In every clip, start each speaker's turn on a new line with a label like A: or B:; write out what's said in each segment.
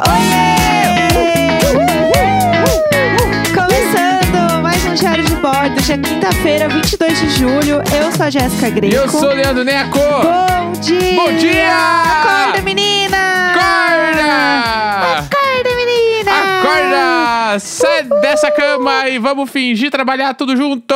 A: um Hoje é quinta-feira, 22 de julho. Eu sou a Jéssica
B: E
A: Greco.
B: eu sou o Leandro Neco!
A: Bom dia!
B: Bom dia!
A: Acorda, menina!
B: Acorda!
A: Acorda, menina!
B: Acorda! Sai dessa cama e vamos fingir trabalhar tudo junto!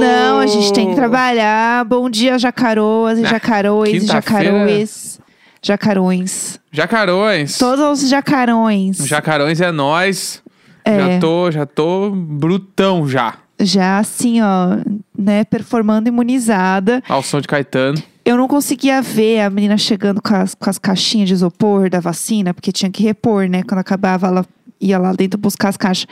A: Não, a gente tem que trabalhar. Bom dia, jacaroas e
B: Ah,
A: jacaroes e
B: quinta-feira.
A: jacaroes. Jacarões.
B: Jacarões!
A: Todos os jacarões.
B: Jacarões é nós.
A: É.
B: Já tô, já tô brutão já.
A: Já assim, ó, né, performando imunizada.
B: Ao som de Caetano.
A: Eu não conseguia ver a menina chegando com as, com as caixinhas de isopor da vacina, porque tinha que repor, né? Quando acabava, ela ia lá dentro buscar as caixas.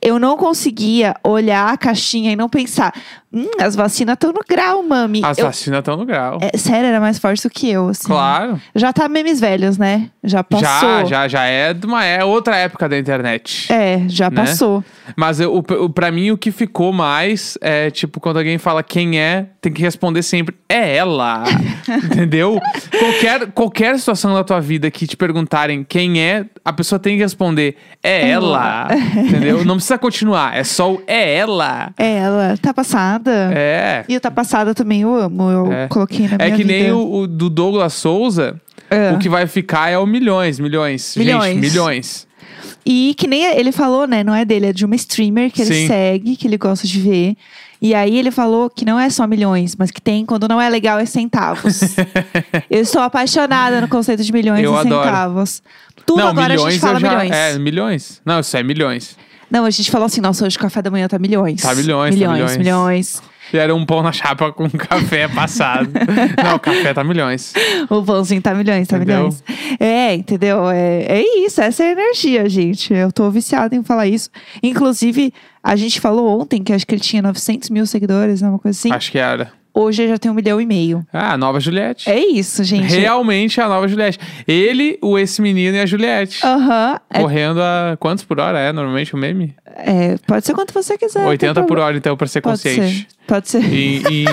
A: Eu não conseguia olhar a caixinha e não pensar: hum, as vacinas estão no grau, mami.
B: As
A: Eu-
B: vacinas estão no grau.
A: é, sério, era mais forte do que eu, assim.
B: Claro.
A: Já tá memes velhos, né? Já
B: Já,
A: passou.
B: já, já é de uma é outra época da internet.
A: É, já
B: Né?
A: passou.
B: Mas eu, o, o- pra mim, o que ficou mais é, tipo, quando alguém fala quem é, tem que responder sempre, é ela. Entendeu? Qualquer, qualquer situação da tua vida que te perguntarem quem é, a pessoa tem que responder, é ela. Entendeu? Não precisa continuar, é só o é ela.
A: É ela, tá passada.
B: É.
A: E o tá passada também eu amo. Eu
B: É.
A: coloquei na
B: É
A: minha
B: que nem
A: vida.
B: o, o do Douglas Souza,
A: É.
B: o que vai ficar é o milhões, milhões.
A: Milhões.
B: Gente, milhões.
A: E que nem ele falou, né? Não é dele, é de uma streamer que ele
B: Sim.
A: segue, que ele gosta de ver. E aí ele falou que não é só milhões, mas que tem quando não é legal é centavos. eu estou apaixonada no conceito de milhões
B: Eu
A: e
B: adoro.
A: centavos. Tudo
B: Não,
A: agora a
B: milhões
A: gente fala
B: eu já.
A: milhões.
B: É, milhões. Não, isso é milhões.
A: Não, a gente falou assim, nossa, hoje o café da manhã tá milhões.
B: Tá milhões, tá
A: milhões.
B: milhões.
A: milhões.
B: E era um pão na chapa com café passado. Não, o café tá milhões.
A: O pãozinho tá milhões, tá
B: Entendeu?
A: milhões. É, entendeu? É, é isso, essa é a energia, gente. Eu tô viciada em falar isso. Inclusive, a gente falou ontem que acho que ele tinha 900 mil seguidores, né? Uma coisa assim.
B: Acho que era.
A: Hoje ele já tem um milhão e meio.
B: Ah, a nova Juliette.
A: É isso, gente.
B: Realmente é a nova Juliette. Ele, o esse menino e a Juliette.
A: Aham. É-
B: Correndo a quantos por hora é normalmente o meme?
A: É, pode ser quanto você quiser. não tem
B: 80 por
A: problema.
B: hora, então, pra ser
A: Pode
B: consciente.
A: ser. Pode ser.
B: Em, em,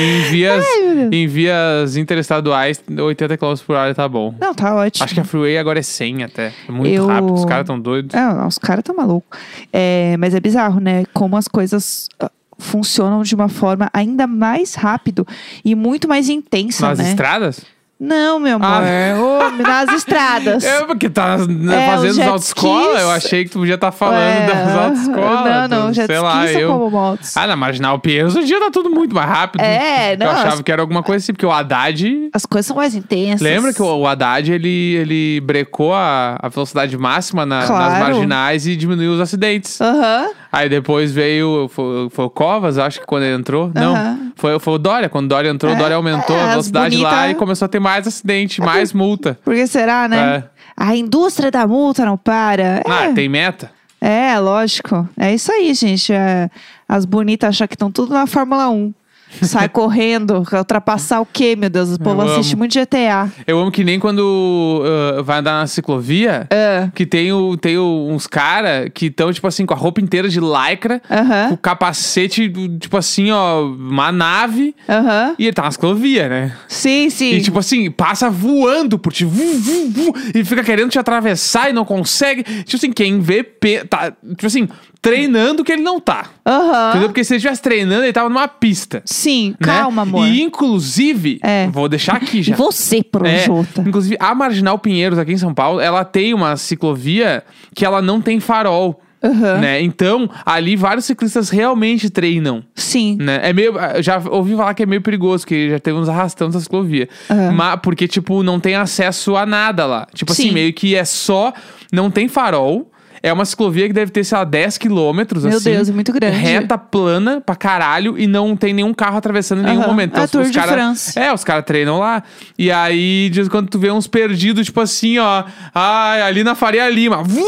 B: em vias, em vias interestaduais, 80 km por hora tá bom.
A: Não, tá ótimo.
B: Acho que a freeway agora é 100 até. É muito
A: Eu-
B: rápido, os caras tão doidos.
A: É, não, os caras tão malucos. É, mas é bizarro, né? Como as coisas ah, funcionam de uma forma ainda mais rápido e muito mais intensa,
B: Nas
A: né?
B: estradas?
A: Não, meu amor.
B: Ah.
A: Ô, nas estradas.
B: É, porque tá né,
A: É,
B: fazendo
A: os
B: os
A: jet
B: autoescola.
A: skis.
B: Eu achei que tu podia estar falando
A: É,
B: das autoescolas.
A: Não, não,
B: do-
A: jet
B: sei lá,
A: skis são
B: eu...
A: como motos.
B: Ah, na Marginal Pinheiros hoje em dia tá tudo muito mais rápido.
A: É, não,
B: Eu
A: as-
B: achava que era alguma coisa assim, porque o Haddad...
A: As coisas são mais intensas.
B: Lembra que o o Haddad, ele, ele brecou a, a velocidade máxima na- nas
A: Claro.
B: marginais e diminuiu os acidentes.
A: Aham.
B: Aí depois veio, foi, foi o Covas, acho que quando ele entrou.
A: Aham.
B: Não, foi, foi o Dória. Quando o Dória entrou, o Dória aumentou
A: é,
B: a
A: as
B: velocidade lá
A: bonita-
B: e começou a ter mais acidente, mais multa.
A: Por que será, né?
B: É.
A: A indústria da multa não para.
B: Ah,
A: é,
B: tem meta?
A: é, lógico. É isso aí, gente. É, as bonitas acham que estão tudo na Fórmula 1. Sai correndo, quer ultrapassar o quê, meu Deus? O povo
B: amo.
A: assiste muito GTA.
B: Eu amo que nem quando ah, vai andar na ciclovia,
A: É.
B: que tem, o, tem o- uns caras que estão, tipo assim, com a roupa inteira de lycra,
A: Aham.
B: com o capacete, do- tipo assim, ó, uma nave.
A: Aham.
B: E ele tá na ciclovia, né?
A: Sim, sim.
B: E tipo assim, passa voando por ti, vu, vu, vu, e fica querendo te atravessar e não consegue. Tipo assim, quem vê, pe- tá, tipo assim, treinando que ele não tá.
A: Aham.
B: Entendeu? Porque se ele estivesse treinando, ele tava numa pista.
A: Sim,
B: né?
A: calma, amor.
B: E inclusive,
A: É.
B: vou deixar aqui
A: E
B: já.
A: você,
B: É,
A: Projota.
B: inclusive, a Marginal Pinheiros, aqui em São Paulo, ela tem uma ciclovia que ela não tem farol.
A: Aham.
B: Né? Então, ali vários ciclistas realmente treinam.
A: Sim.
B: Né? É meio, já ouvi falar que é meio perigoso, que já teve uns arrastando essa ciclovia.
A: Aham.
B: Mas, porque, tipo, não tem acesso a nada lá. Tipo
A: Sim.
B: assim, meio que é só. Não tem farol. É uma ciclovia que deve ter, sei lá, 10 quilômetros,
A: Meu
B: assim.
A: Deus, é muito grande.
B: Reta plana pra caralho e não tem nenhum carro atravessando em nenhum
A: Aham.
B: momento.
A: É
B: Então,
A: a Tour
B: os
A: de
B: cara-
A: France.
B: É, os caras treinam lá. E aí, de vez em quando tu vê uns perdidos, tipo assim, ó. Ai, ali na Faria Lima. Vum,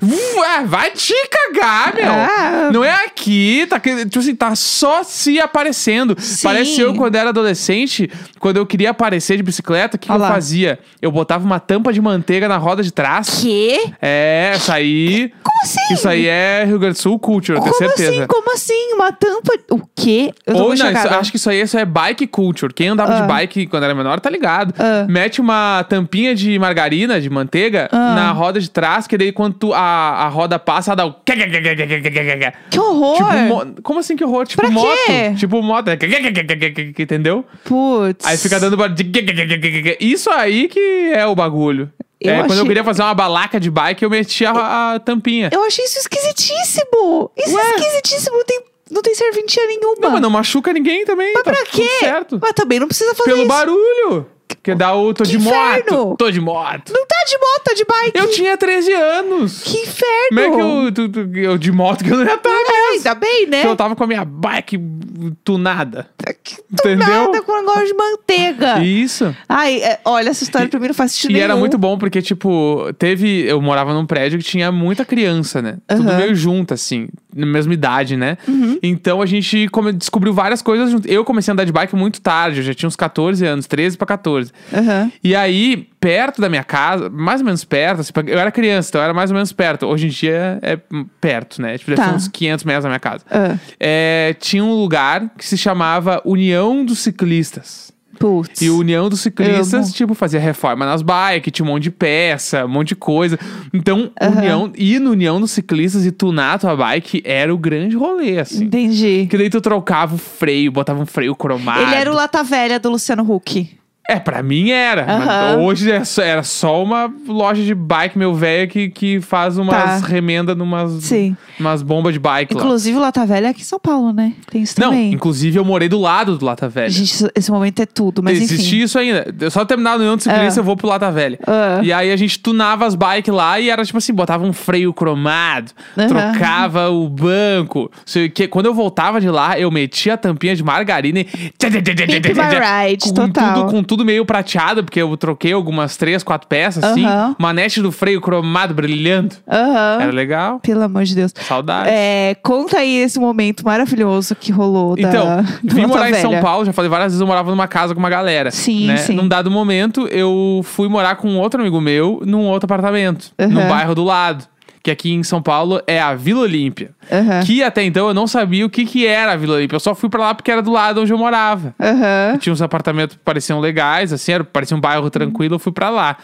B: vum, é, vai te cagar, meu.
A: Ah,
B: Não é aqui, tá, que- tipo assim, tá só se aparecendo.
A: Sim.
B: Parece eu quando era adolescente, quando eu queria aparecer de bicicleta, o que, que
A: Olha
B: eu
A: lá.
B: fazia? Eu botava uma tampa de manteiga na roda de trás.
A: Que?
B: É, aí.
A: Como assim?
B: Isso aí é Rio Grande do Sul Culture, eu tenho
A: Como
B: certeza.
A: assim? Como assim? Uma tampa. O quê? Eu tô
B: Ou
A: muito
B: não, isso-
A: chocada.
B: acho que isso aí isso é bike culture. Quem andava de
A: Ah.
B: bike quando era menor tá ligado.
A: Ah.
B: Mete uma tampinha de margarina, de manteiga,
A: Ah.
B: na roda de trás, que daí quando tu- a, a roda passa, dá o. Tipo,
A: Que horror!
B: mo- Como assim que horror? Tipo
A: Pra quê?
B: moto. Tipo moto. Entendeu?
A: Putz.
B: Aí fica dando barulho de... Isso aí que é o bagulho.
A: Eu
B: é, Quando eu
A: achei-
B: queria fazer uma balaca de bike, eu metia a, a tampinha.
A: Eu achei isso esquisitíssimo! Isso
B: Ué?
A: é esquisitíssimo! Não tem, não tem serventia nenhuma.
B: Não, mas não machuca ninguém também. Mas
A: pra quê?
B: certo.
A: Mas também não precisa fazer
B: Pelo
A: isso.
B: barulho. Porque dá o tô
A: Que
B: de moto.
A: inferno!
B: Tô de moto.
A: Não tá de moto, tá de bike.
B: Eu tinha 13 anos.
A: Que inferno!
B: Como é que eu, tu- tu- eu de moto que eu não ia estar?
A: É, ainda bem, né?
B: Eu tava com a minha bike tunada.
A: Que
B: Entendeu?
A: Nada com um negócio de manteiga.
B: Isso.
A: Ai, é, olha, essa história pra mim não faz sentido
B: E
A: nenhum.
B: era muito bom, porque, tipo, teve. Eu morava num prédio que tinha muita criança, né? Tudo
A: Aham. Uhum.
B: meio junto, assim, na mesma idade, né? Então a gente come- descobriu várias coisas junto. Eu comecei a andar de bike muito tarde, eu já tinha uns 14 anos, 13 pra 14.
A: Aham.
B: E aí, perto da minha casa, mais ou menos perto, assim, pra- eu era criança, então era mais ou menos perto. Hoje em dia é hum, perto, né? Tipo, deve
A: Tá.
B: ser uns 500 metros da minha casa.
A: Ah,
B: É, tinha um lugar que se chamava União dos Ciclistas.
A: putz.
B: E a União dos Ciclistas,
A: Amo.
B: tipo, fazia reforma nas bikes, tinha um monte de peça, um monte de coisa. Então, união, ir na União dos Ciclistas e tunar a tua bike era o grande rolê, assim.
A: Entendi.
B: Que daí tu trocava o freio, botava um freio cromado.
A: Uhum. Ele era o Lata Velha do Luciano Huck.
B: É, pra mim era. mas
A: Aham.
B: hoje é só- era só uma loja de bike, meu velho, que, que faz umas
A: Tá.
B: remendas numas,
A: Sim.
B: umas bombas de bike lá.
A: Inclusive, o Lata Velha é aqui em São Paulo, né? Tem isso
B: Não,
A: também.
B: inclusive eu morei do lado do Lata Velha.
A: Gente, isso- esse momento é tudo, mas
B: Existia
A: enfim. É.
B: isso ainda. Eu Só terminar no União dos Ciclistas, eu vou pro Lata Velha.
A: Ah.
B: E aí a gente tunava as bikes lá e era tipo assim, botava um freio cromado,
A: Aham.
B: trocava o banco. Sei o quê. Quando eu voltava de lá, eu metia a tampinha de margarina e...
A: Pimp My Ride,
B: com
A: total.
B: Tudo, com tudo meio prateado, porque eu troquei algumas três, quatro peças, assim.
A: Aham.
B: Manete do freio cromado brilhando.
A: Aham.
B: Era legal.
A: Pelo amor de Deus.
B: Saudade.
A: É, conta aí esse momento maravilhoso que rolou da,
B: Então,
A: do
B: vim
A: Lata
B: morar em São
A: Velha.
B: Paulo, já falei várias vezes, eu morava numa casa com uma galera.
A: Sim,
B: né?
A: sim.
B: Num dado momento, eu fui morar com outro amigo meu num outro apartamento,
A: Aham.
B: num bairro do lado. Que aqui em São Paulo é a Vila Olímpia.
A: Aham.
B: Que até então eu não sabia o que, que era a Vila Olímpia. Eu só fui pra lá porque era do lado onde eu morava.
A: Aham.
B: Tinha uns apartamentos que pareciam legais, assim, era, parecia um bairro tranquilo, eu fui pra lá.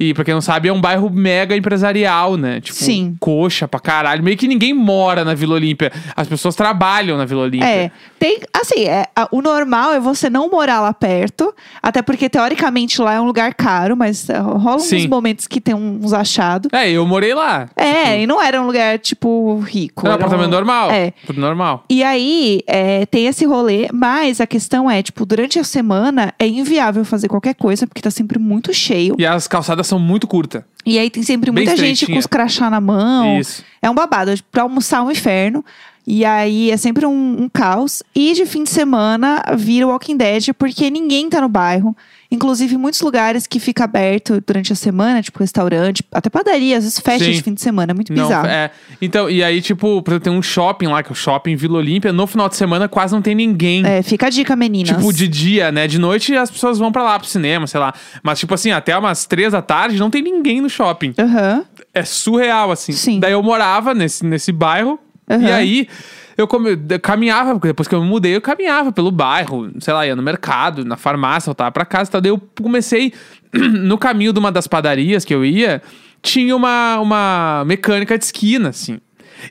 B: E pra quem não sabe, é um bairro mega empresarial, né? Tipo,
A: Sim.
B: coxa pra caralho. Meio que ninguém mora na Vila Olímpia. As pessoas trabalham na Vila Olímpia.
A: É, tem, assim, é, a- o normal é você não morar lá perto, até porque teoricamente lá é um lugar caro, mas é, rola
B: Sim.
A: uns momentos que tem uns achados.
B: É, eu morei lá.
A: É, e não era um lugar, tipo, rico.
B: É um
A: era
B: apartamento normal.
A: É.
B: Tudo normal.
A: E aí, é, tem esse rolê, mas a questão é, tipo, durante a semana é inviável fazer qualquer coisa, porque tá sempre muito cheio.
B: E as calçadas são muito curtas.
A: E aí tem sempre
B: Bem
A: muita gente
B: estreitinha.
A: com os crachá na mão.
B: Isso.
A: É um babado. tipo, Pra almoçar é um inferno. E aí é sempre um, um caos. E de fim de semana vira Walking Dead, porque ninguém tá no bairro. Inclusive, muitos lugares que fica aberto durante a semana, tipo restaurante, até padaria, às vezes fecha
B: Sim.
A: de fim de semana. É muito
B: Não,
A: bizarro.
B: é. Então, e aí, tipo, por exemplo, tem um shopping lá, que é o shopping Vila Olímpia. No final de semana quase não tem ninguém.
A: É, fica a dica, meninas.
B: Tipo, de dia, né? De noite as pessoas vão pra lá pro cinema, sei lá. Mas, tipo assim, até umas três da tarde não tem ninguém no shopping.
A: Aham.
B: É surreal, assim.
A: Sim.
B: Daí eu morava nesse, nesse bairro.
A: Aham.
B: E aí eu, come- eu caminhava, porque depois que eu me mudei, eu caminhava pelo bairro, sei lá, ia no mercado, na farmácia, voltava pra casa e tal. Daí eu comecei no caminho de uma das padarias que eu ia, tinha uma, uma mecânica de esquina, assim.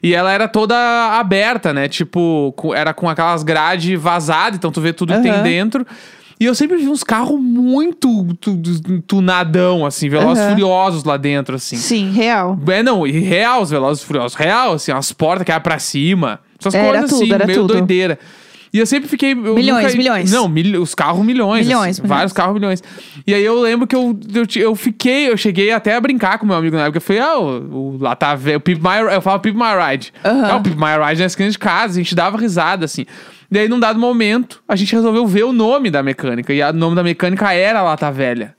B: E ela era toda aberta, né? Tipo, com- era com aquelas grades vazadas, então tu vê tudo que tem
A: Aham.
B: dentro. E eu sempre vi uns carros muito tu- tu- tunadão, assim, velozes e
A: Aham.
B: furiosos lá dentro, assim.
A: Sim, real.
B: É, não, e real, os Velozes e Furiosos, real, assim, as portas que eram pra cima. Essas
A: Era
B: coisas assim,
A: tudo, era
B: meio
A: tudo.
B: doideira. E eu sempre fiquei. eu
A: Milhões,
B: nunca-
A: milhões.
B: Não, mil- os carros milhões.
A: Milhões,
B: assim, Vários
A: milhões.
B: carros milhões. E aí eu lembro que eu, eu, ti- eu fiquei, eu cheguei até a brincar com meu amigo na época. Eu falei, ah, o, o, lá tá velho. Pimp My Ride", Eu falo Pimp My Ride.
A: Aham.
B: É o Pimp My Ride na esquina de casa. A gente dava risada, assim. E aí, num dado momento, a gente resolveu ver o nome da mecânica. E a- o nome da mecânica era Lata Velha.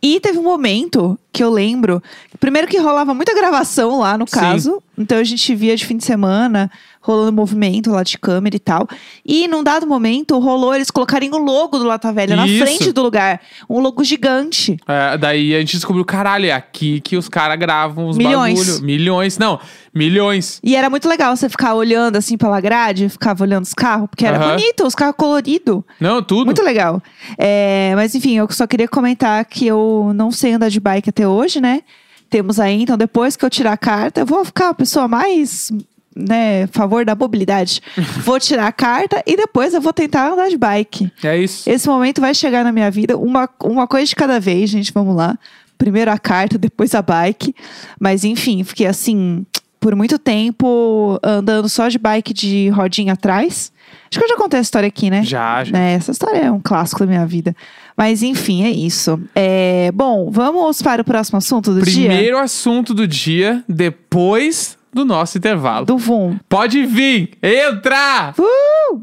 A: E teve um momento que eu lembro. Primeiro que rolava muita gravação lá, no
B: Sim.
A: caso. Então a gente via de fim de semana rolando movimento lá de câmera e tal. E num dado momento rolou eles colocarem o logo do Lata Velha
B: Isso.
A: na frente do lugar. Um logo gigante.
B: É, daí a gente descobriu, caralho, é aqui que os caras gravam os
A: Milhões.
B: bagulho. Milhões. Não, milhões.
A: E era muito legal você ficar olhando assim pela grade, ficava olhando os carros, porque era
B: Aham.
A: bonito, os carros coloridos.
B: Não, tudo.
A: Muito legal. É, mas enfim, eu só queria comentar que eu não sei andar de bike até hoje, né? Temos aí, então depois que eu tirar a carta, eu vou ficar a pessoa mais, né, a favor da mobilidade. vou tirar a carta e depois eu vou tentar andar de bike.
B: É isso.
A: Esse momento vai chegar na minha vida, uma, uma coisa de cada vez, gente, vamos lá. Primeiro a carta, depois a bike. Mas enfim, fiquei assim, por muito tempo andando só de bike de rodinha atrás. Acho que eu já contei essa história aqui, né?
B: Já, já.
A: Né, Essa história é um clássico da minha vida. Mas enfim, é isso. É, bom, vamos para o próximo assunto do dia?
B: Primeiro assunto do dia, depois do nosso intervalo.
A: Do VUM.
B: Pode vir! Entra!
A: Uh!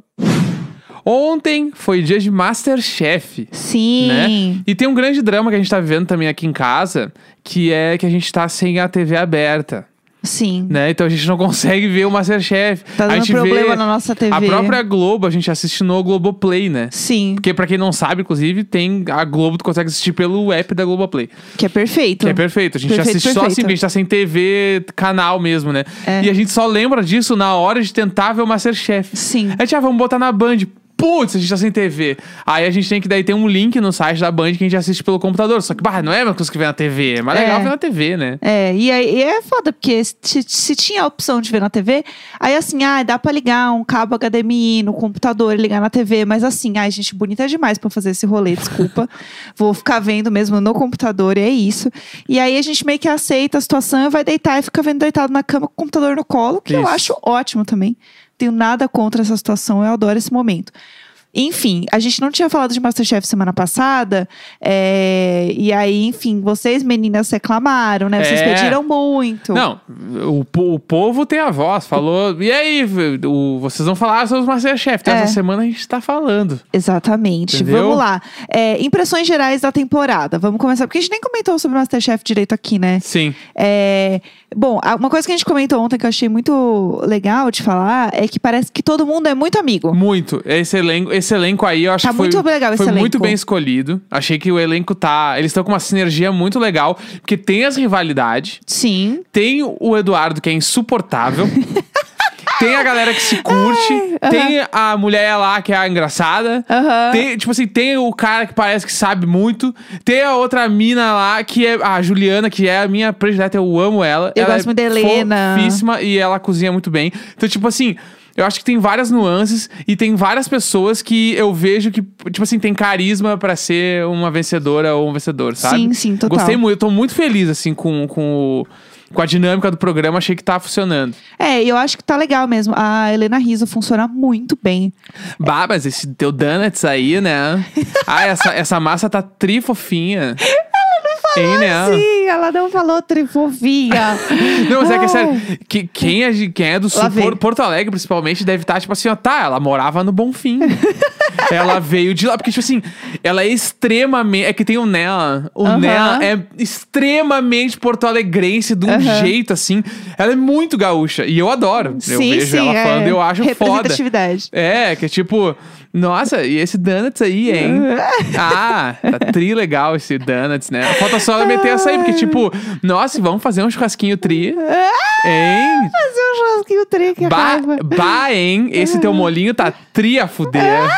B: Ontem foi dia de Masterchef.
A: Sim.
B: Né? E tem um grande drama que a gente tá vivendo também aqui em casa, que é que a gente tá sem a TV aberta,
A: Sim.
B: né? Então a gente não consegue ver o Masterchef.
A: Tá
B: a
A: dando
B: gente
A: problema
B: vê
A: na nossa TV.
B: a própria Globo, a gente assiste no Globoplay, né?
A: Sim,
B: Porque pra quem não sabe, inclusive, tem a Globo, tu consegue assistir pelo app da Globoplay.
A: que é perfeito.
B: Que é perfeito. A gente
A: Perfeito,
B: assiste só
A: perfeito.
B: assim, porque a gente tá sem TV, canal mesmo, né?
A: É.
B: E a gente só lembra disso na hora de tentar ver o Masterchef.
A: Sim.
B: A gente, ah, vamos botar na Band. Putz, a gente tá sem TV. Aí a gente tem que daí ter um link no site da Band que a gente assiste pelo computador. Só que, bah, não é uma coisa que vê na TV. É mais
A: É.
B: legal ver na TV, né?
A: É, e aí e é foda, porque se, se tinha a opção de ver na TV, aí assim, ah, dá pra ligar um cabo HDMI no computador e ligar na TV, mas assim, ai, gente, bonita demais pra fazer esse rolê, desculpa. Vou ficar vendo mesmo no computador, e é isso. E aí a gente meio que aceita a situação, vai deitar e fica vendo deitado na cama com o computador no colo, que eu
B: Isso.
A: acho ótimo também. Tenho nada contra essa situação, eu adoro esse momento. Enfim, a gente não tinha falado de Masterchef semana passada. é, E aí, enfim, vocês meninas reclamaram, né? Vocês
B: É.
A: pediram muito.
B: Não, o, po- o povo tem a voz. Falou, e aí, v- o, vocês vão falar sobre os Masterchef. Então,
A: É.
B: essa semana a gente tá falando.
A: Exatamente.
B: Entendeu?
A: Vamos lá. É, impressões gerais da temporada. Vamos começar, porque a gente nem comentou sobre Masterchef direito aqui, né?
B: Sim.
A: É, bom, a- uma coisa que a gente comentou ontem que eu achei muito legal de falar é que parece que todo mundo é muito amigo.
B: Muito. Esse elenco, esse elenco aí, eu acho
A: Tá
B: que foi,
A: muito legal esse
B: foi muito
A: elenco.
B: bem escolhido. Achei que o elenco tá. Eles estão com uma sinergia muito legal, porque tem as rivalidades,
A: Sim.
B: tem o Eduardo, que é insuportável. Tem a galera que se curte. Tem a mulher lá que é a engraçada.
A: Aham.
B: Tem, tipo assim, tem o cara que parece que sabe muito. Tem a outra mina lá, que é a Juliana, que é a minha predileta. Eu amo ela.
A: Eu
B: ela
A: gosto
B: é
A: muito da Helena.
B: Fofíssima e ela cozinha muito bem. Então, tipo assim. Eu acho que tem várias nuances e tem várias pessoas que eu vejo que, tipo assim, tem carisma pra ser uma vencedora ou um vencedor, sabe?
A: Sim, sim, total.
B: Gostei muito, eu tô muito feliz, assim, com, com, o- com a dinâmica do programa, achei que tá funcionando.
A: É, e eu acho que tá legal mesmo. A Helena Riso funciona muito bem.
B: Bah, mas esse teu donuts aí, né? ah, essa, essa massa tá tri fofinha. né? Ela não falou assim.
A: Sim, ela um não falou trifovinha.
B: Não, mas é que é
A: Ai.
B: sério, que, quem, é, de- quem é do
A: Lá
B: sul,
A: vem.
B: Por- Porto Alegre principalmente, deve estar tipo assim, ó, tá, ela morava no Bonfim. ela veio de lá, porque tipo assim, ela é extremamente, é que tem o Nela, o
A: Aham.
B: Nela é extremamente porto-alegrense de um
A: Aham.
B: jeito assim, ela é muito gaúcha, e eu adoro, eu
A: sim,
B: vejo
A: sim,
B: ela
A: é.
B: falando, eu acho foda.
A: Representatividade.
B: É, que é tipo, nossa, e esse Donuts aí, hein? ah, tá tri legal esse Donuts, né? Falta só ela meter essa aí, porque tipo, nossa, vamos fazer um churrasquinho tri, hein?
A: Fazer um churrasquinho tri, que
B: Bah,
A: raiva.
B: bah, hein? Esse teu molinho tá tri a fuder.
A: Ela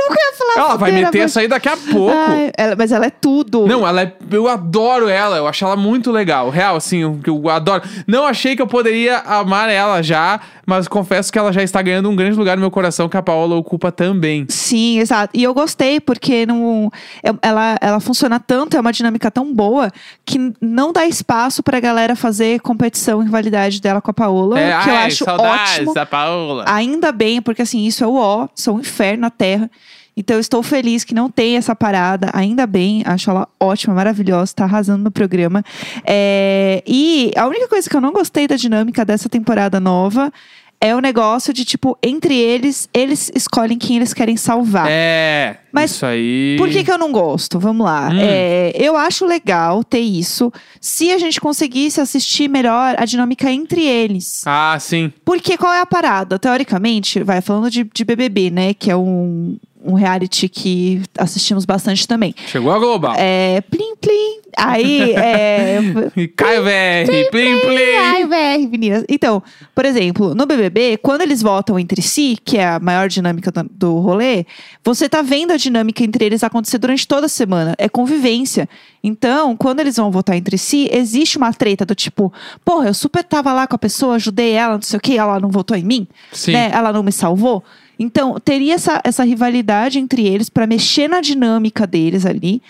A: nunca ia falar
B: Ela vai
A: Ah, fudeira,
B: meter
A: mas-
B: essa aí daqui a pouco.
A: Ai, ela- mas ela é tudo.
B: Não, ela é, eu adoro ela, eu acho ela muito legal. Real, assim, eu, eu adoro. Não achei que eu poderia amar ela já, mas confesso que ela já está ganhando um grande lugar no meu coração, que a Paola ocupa também.
A: Sim, exato. E eu gostei, porque não, é- ela, ela funciona tanto, é uma dinâmica tão boa, que n- não dá espaço pra galera fazer competição e rivalidade dela com a Paola,
B: É,
A: que eu
B: ai,
A: acho
B: saudades
A: ótimo.
B: da Paola.
A: Ainda bem, porque assim, isso é o ó, isso é um inferno na Terra. Então eu estou feliz que não tem essa parada, ainda bem, acho ela ótima, maravilhosa, tá arrasando no programa. É, e a única coisa que eu não gostei da dinâmica dessa temporada nova é o negócio de, tipo, entre eles, eles escolhem quem eles querem salvar.
B: É.
A: Ah, Mas
B: isso aí.
A: Por que, que eu não gosto? Vamos lá.
B: Hum.
A: É, eu acho legal ter isso se a gente conseguisse assistir melhor a dinâmica entre eles.
B: Ah, sim.
A: Porque qual é a parada? Teoricamente, vai falando de, de BBB, né? Que é um, um reality que assistimos bastante também.
B: Chegou a global.
A: É. Plim, plim. Aí. É,
B: E Caio VR, plim plim.
A: Ai, VR, meninas. Então, por exemplo, no BBB, quando eles votam entre si, que é a maior dinâmica do, do rolê, você tá vendo a dinâmica entre eles acontecer durante toda a semana. É convivência. Então, quando eles vão votar entre si, existe uma treta do tipo, porra, eu super tava lá com a pessoa, ajudei ela, não sei o quê, ela não votou em mim,
B: Sim.
A: né? Ela não me salvou. Então, teria essa, essa rivalidade entre eles pra mexer na dinâmica deles ali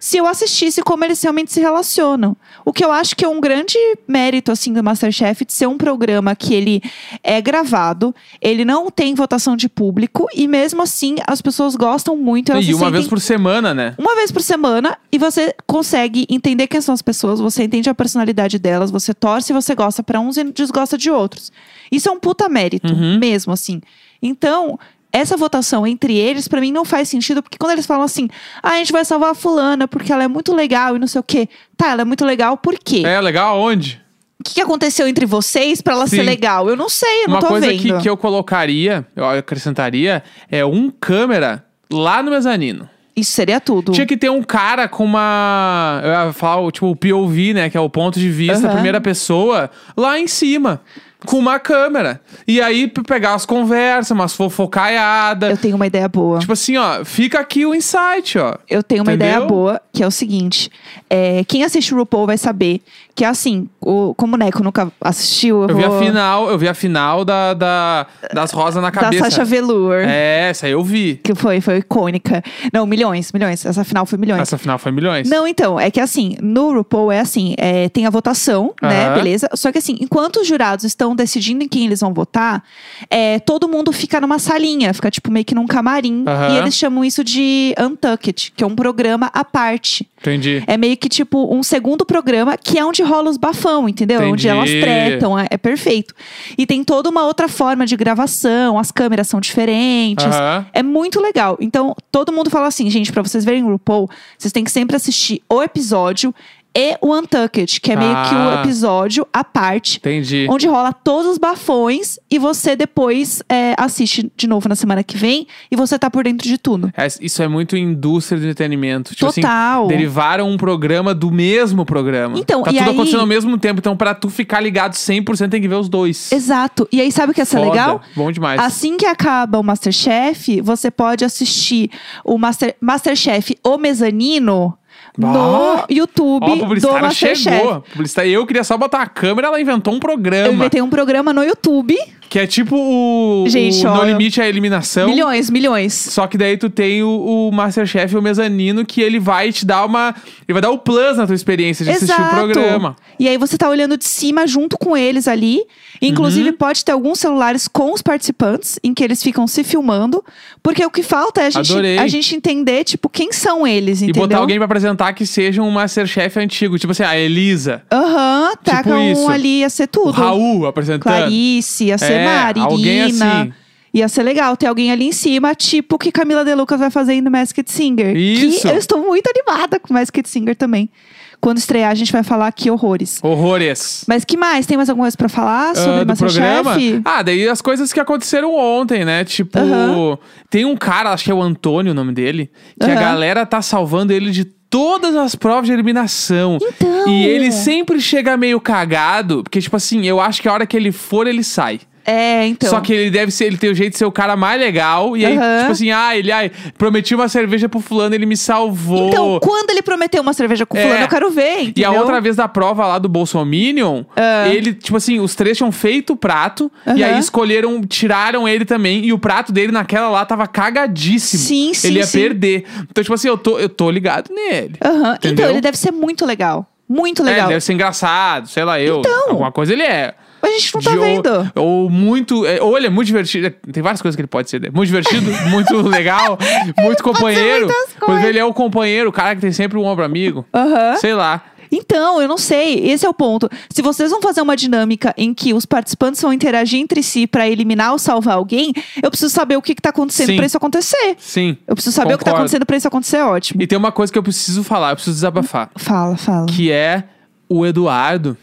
A: se eu assistisse como eles realmente se relacionam. O que eu acho que é um grande mérito, assim, do Masterchef, de ser um programa que ele é gravado, ele não tem votação de público, e mesmo assim as pessoas gostam muito. Elas
B: E
A: se
B: uma
A: sentem
B: vez por semana, né?
A: uma vez por semana e você consegue entender quem são as pessoas, você entende a personalidade delas, você torce e você gosta pra uns e desgosta de outros. Isso é um puta mérito,
B: Uhum.
A: mesmo assim. Então, essa votação entre eles, pra mim, não faz sentido, porque quando eles falam assim, ah, a gente vai salvar a fulana porque ela é muito legal e não sei o quê. Tá, ela é muito legal por quê?
B: É, legal onde?
A: O que, que aconteceu entre vocês pra ela
B: Sim.
A: ser legal? Eu não sei, eu não
B: Uma
A: tô
B: coisa
A: vendo.
B: que, que eu colocaria, eu acrescentaria, é um câmera lá no mezanino.
A: Isso seria tudo.
B: Tinha que ter um cara com uma. Eu ia falar, o- tipo, o POV, né? Que é o ponto de vista,
A: Aham.
B: primeira pessoa, lá em cima. Com uma câmera. E aí p- pegar as conversas, umas fofocaiadas.
A: Eu tenho uma ideia boa.
B: Tipo assim, ó, fica aqui o insight, ó.
A: Eu tenho uma
B: Entendeu?
A: ideia boa, que é o seguinte: é, quem assiste o RuPaul vai saber que, assim, o, como o Neco nunca assistiu, eu,
B: Eu vi a
A: vou-
B: final, eu vi a final da, da- das rosas na
A: da
B: cabeça.
A: Sasha Velour.
B: É, essa aí eu vi.
A: Que foi, foi icônica. Não, milhões, milhões. Essa final foi milhões.
B: Essa final foi milhões.
A: Não, então, é que assim, no RuPaul é assim, é, tem a votação, né,
B: Aham.
A: beleza? Só que assim, enquanto os jurados estão decidindo em quem eles vão votar, é, todo mundo fica numa salinha, fica tipo meio que num camarim.
B: Aham.
A: E eles chamam isso de Untucked, que é um programa à parte.
B: Entendi.
A: É meio que tipo um segundo programa que é onde rola os bafão, entendeu? É Onde
B: Entendi.
A: elas tretam, é, é perfeito. E tem toda uma outra forma de gravação, as câmeras são diferentes.
B: Aham.
A: É muito legal. Então, todo mundo fala assim, gente, pra vocês verem o RuPaul, vocês têm que sempre assistir o episódio e o Untucked, que é meio que
B: Ah.
A: o episódio à parte.
B: Entendi.
A: Onde rola todos os bafões e você depois é, assiste de novo na semana que vem e você tá por dentro de tudo.
B: É, Isso é muito indústria do entretenimento. Tipo assim,
A: Total.
B: derivaram um programa do mesmo programa.
A: Então,
B: tá
A: e
B: tudo
A: aí-
B: acontecendo ao mesmo tempo. Então, pra tu ficar ligado 100%, tem que ver os dois.
A: Exato. E aí, sabe o que ia ser
B: Foda.
A: é legal?
B: Bom demais.
A: Assim que acaba o Masterchef, você pode assistir o Master, Masterchef O Mezanino
B: Ah!
A: no YouTube
B: Ó, a
A: do
B: publicitária
A: Masterchef.
B: chegou. Publicitária, eu queria só botar a câmera, ela inventou um
A: Eu
B: programa.
A: inventei um programa no YouTube.
B: Que é tipo o,
A: Gente,
B: o No
A: ó,
B: Limite à Eliminação.
A: milhões, milhões.
B: Só que daí tu tem o, o Masterchef e o Mezanino, que ele vai te dar uma. Ele vai dar o plus na tua experiência de assistir o
A: Exato.
B: programa.
A: E aí você tá olhando de cima junto com eles ali. Inclusive,
B: Uhum.
A: pode ter alguns celulares com os participantes, em que eles ficam se filmando. Porque o que falta é a gente,
B: Adorei.
A: a gente entender, tipo, quem são eles,
B: E
A: entendeu?
B: botar alguém pra apresentar que seja um Masterchef antigo. Tipo assim, a Elisa,
A: Aham, taca um
B: Tipo isso.
A: ali, ia ser
B: o
A: tudo.
B: Raul apresentando.
A: Clarice, ia ser
B: É,
A: Mari,
B: alguém
A: Irina.
B: assim.
A: Ia ser legal ter alguém ali em cima, tipo o que Camila De Lucas vai fazer em The Masked Singer.
B: Isso.
A: Que eu estou muito animada com Masked Singer também. Quando estrear, a gente vai falar aqui horrores.
B: Horrores.
A: Mas que mais? Tem mais alguma coisa pra falar sobre
B: Ah, do
A: Masterchef?
B: programa. Ah, daí as coisas que aconteceram ontem, né? Tipo,
A: Aham.
B: tem um cara, acho que é o Antônio o nome dele, que a
A: Aham.
B: galera tá salvando ele de todas as provas de eliminação.
A: Então.
B: E ele sempre chega meio cagado, porque, tipo assim, eu acho que a hora que ele for, ele sai.
A: É, então.
B: Só que ele deve ser, ele tem o jeito de ser o cara mais legal. E aí,
A: Aham.
B: tipo assim, ah, ele ai, prometi uma cerveja pro fulano, ele me salvou.
A: Então, quando ele prometeu uma cerveja com
B: É.
A: fulano, eu quero ver,
B: E a
A: entendeu? Ah.
B: outra vez da prova lá do Bolsominion, ele, tipo assim, os três tinham feito o prato e
A: Aham.
B: aí escolheram, tiraram ele também. E o prato dele naquela lá tava cagadíssimo.
A: Sim, sim,
B: Ele ia
A: sim.
B: perder. Então, tipo assim, eu tô, eu tô ligado nele.
A: Aham.
B: Entendeu?
A: Então, ele deve ser muito legal. Muito
B: É,
A: legal.
B: deve ser engraçado, sei lá, eu.
A: Então.
B: Alguma coisa ele é.
A: Mas a gente não tá
B: De- ou-
A: vendo.
B: Ou, muito. é, Ou ele é muito divertido. é, Tem várias coisas que ele pode ser. né? Muito divertido, muito legal, muito companheiro.
A: muitas
B: Quando
A: coisas.
B: ele é o companheiro, o cara que tem sempre um ombro amigo.
A: Aham.
B: Sei lá.
A: Então, eu não sei. Esse é o ponto. Se vocês vão fazer uma dinâmica em que os participantes vão interagir entre si pra eliminar ou salvar alguém, eu preciso saber o que, que tá acontecendo
B: Sim.
A: pra isso acontecer.
B: Sim.
A: Eu preciso saber o que tá
B: Concordo.
A: acontecendo pra isso acontecer, ótimo.
B: E tem uma coisa que eu preciso falar, eu preciso desabafar.
A: Fala, fala.
B: Que é o Eduardo.